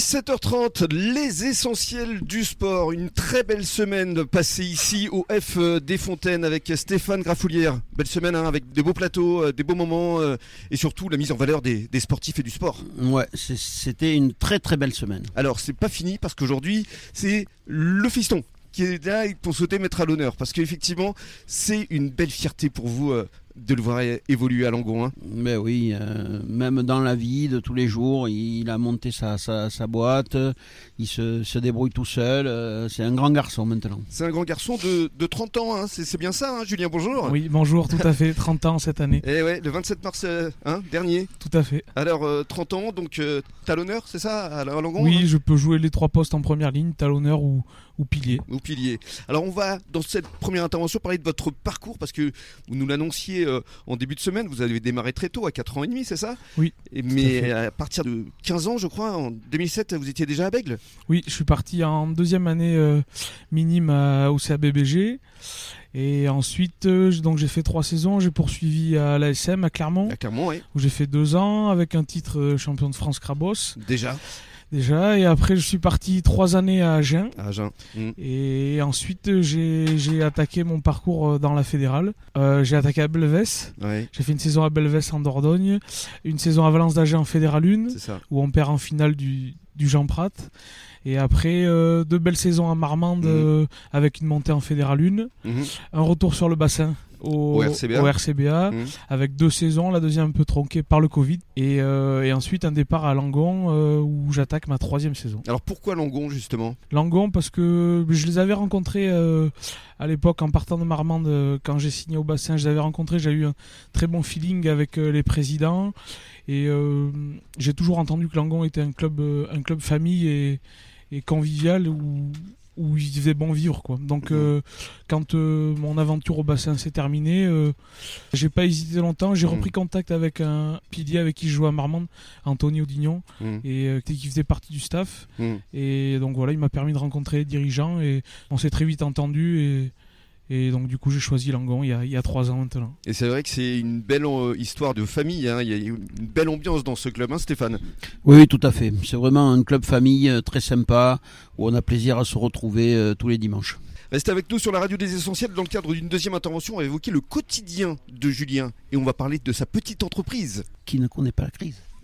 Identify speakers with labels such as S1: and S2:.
S1: 17h30, les essentiels du sport. Une très belle semaine passée ici au F euh, des Fontaines avec Stéphane Grafoulière. Belle semaine hein, avec des beaux plateaux, euh, des beaux moments euh, et surtout la mise en valeur des, des sportifs et du sport.
S2: Ouais, c'est- c'était une très très belle semaine.
S1: Alors c'est pas fini parce qu'aujourd'hui c'est le fiston qui est là pour souhaiter mettre à l'honneur parce qu'effectivement c'est une belle fierté pour vous euh, de le voir é- évoluer à Langon. hein.
S2: Mais oui, euh, même dans la vie de tous les jours, il a monté sa, sa, sa boîte, euh, il se, se débrouille tout seul, euh, c'est un grand garçon maintenant.
S1: C'est un grand garçon de, de 30 ans, hein. c'est c'est bien ça hein, Julien, bonjour.
S3: Oui, bonjour, tout à fait, 30 ans cette année,
S1: Et ouais, le 27 mars euh, hein, dernier.
S3: tout à fait.
S1: Alors, euh, 30 ans, donc euh, talonneur, c'est ça, à la- à Langon
S3: Oui,
S1: hein
S3: je peux jouer les trois postes en première ligne, talonneur ou, ou pilier.
S1: Au pilier. Alors, on va, dans cette première intervention, parler de votre parcours, parce que vous nous l'annonciez euh, en début de semaine, vous avez démarré très tôt, à 4 ans et demi, c'est ça
S3: Oui,
S1: Et-
S3: à
S1: mais
S3: fait.
S1: à, partir de 15 ans, je crois, en 2007, vous étiez déjà à Bègle
S3: Oui, je suis parti en deuxième année euh, minime à- au CABBG. Et ensuite, euh, j'ai- donc j'ai fait trois saisons, j'ai poursuivi à l'ASM à Clermont,
S1: À Clermont, oui.
S3: où j'ai fait deux ans avec un titre euh, champion de France Crabos
S1: Déjà,
S3: déjà. Et après, je suis parti trois années à Agen.
S1: à Agen. Mm.
S3: Et ensuite, euh, j'ai j'ai attaqué mon parcours euh, dans la fédérale. Euh, j'ai attaqué à Belvès.
S1: Ouais,
S3: J'ai fait une saison à Belvès en Dordogne, une saison à Valence d'Agen en Fédéral 1,
S1: c'est ça.
S3: où on perd en finale du, du Jean Prat. Et après, euh, deux belles saisons à Marmande
S1: Mhm.
S3: euh, avec une montée en Fédéral 1,
S1: Mhm.
S3: un retour sur le bassin au,
S1: Au RCBA.
S3: au RCBA,
S1: Mhm.
S3: avec deux saisons, la deuxième un peu tronquée par le Covid, et, euh, et ensuite un départ à Langon euh, où j'attaque ma troisième saison.
S1: Alors, pourquoi Langon, justement
S3: Langon parce que je les avais rencontrés euh, à l'époque en partant de Marmande euh, quand j'ai signé au bassin, je les avais rencontrés, j'ai eu un très bon feeling avec euh, les présidents et euh, j'ai toujours entendu que Langon était un club euh, un club famille et, et convivial où où il faisait bon vivre quoi. Donc
S1: Mhm.
S3: euh, quand euh, mon aventure au bassin s'est terminée, euh, j'ai pas hésité longtemps, j'ai
S1: Mhm.
S3: repris contact avec un pilier avec qui je jouais à Marmande, Anthony Audignon
S1: Mm.
S3: et euh, qui faisait partie du staff.
S1: Mm.
S3: Et donc voilà, il m'a permis de rencontrer les dirigeants et on s'est très vite entendu. Et, et donc du coup, j'ai choisi Langon il y, a, il y a trois ans maintenant.
S1: Et c'est vrai que c'est une belle euh, histoire de famille, hein. il y a une belle ambiance dans ce club, hein, Stéphane
S2: Oui, oui, tout à fait. C'est vraiment un club famille euh, très sympa où on a plaisir à se retrouver euh, tous les dimanches.
S1: Restez avec nous sur la radio des essentiels. Dans le cadre d'une deuxième intervention, on va évoquer le quotidien de Julien et on va parler de sa petite entreprise.
S2: Qui ne connaît pas la crise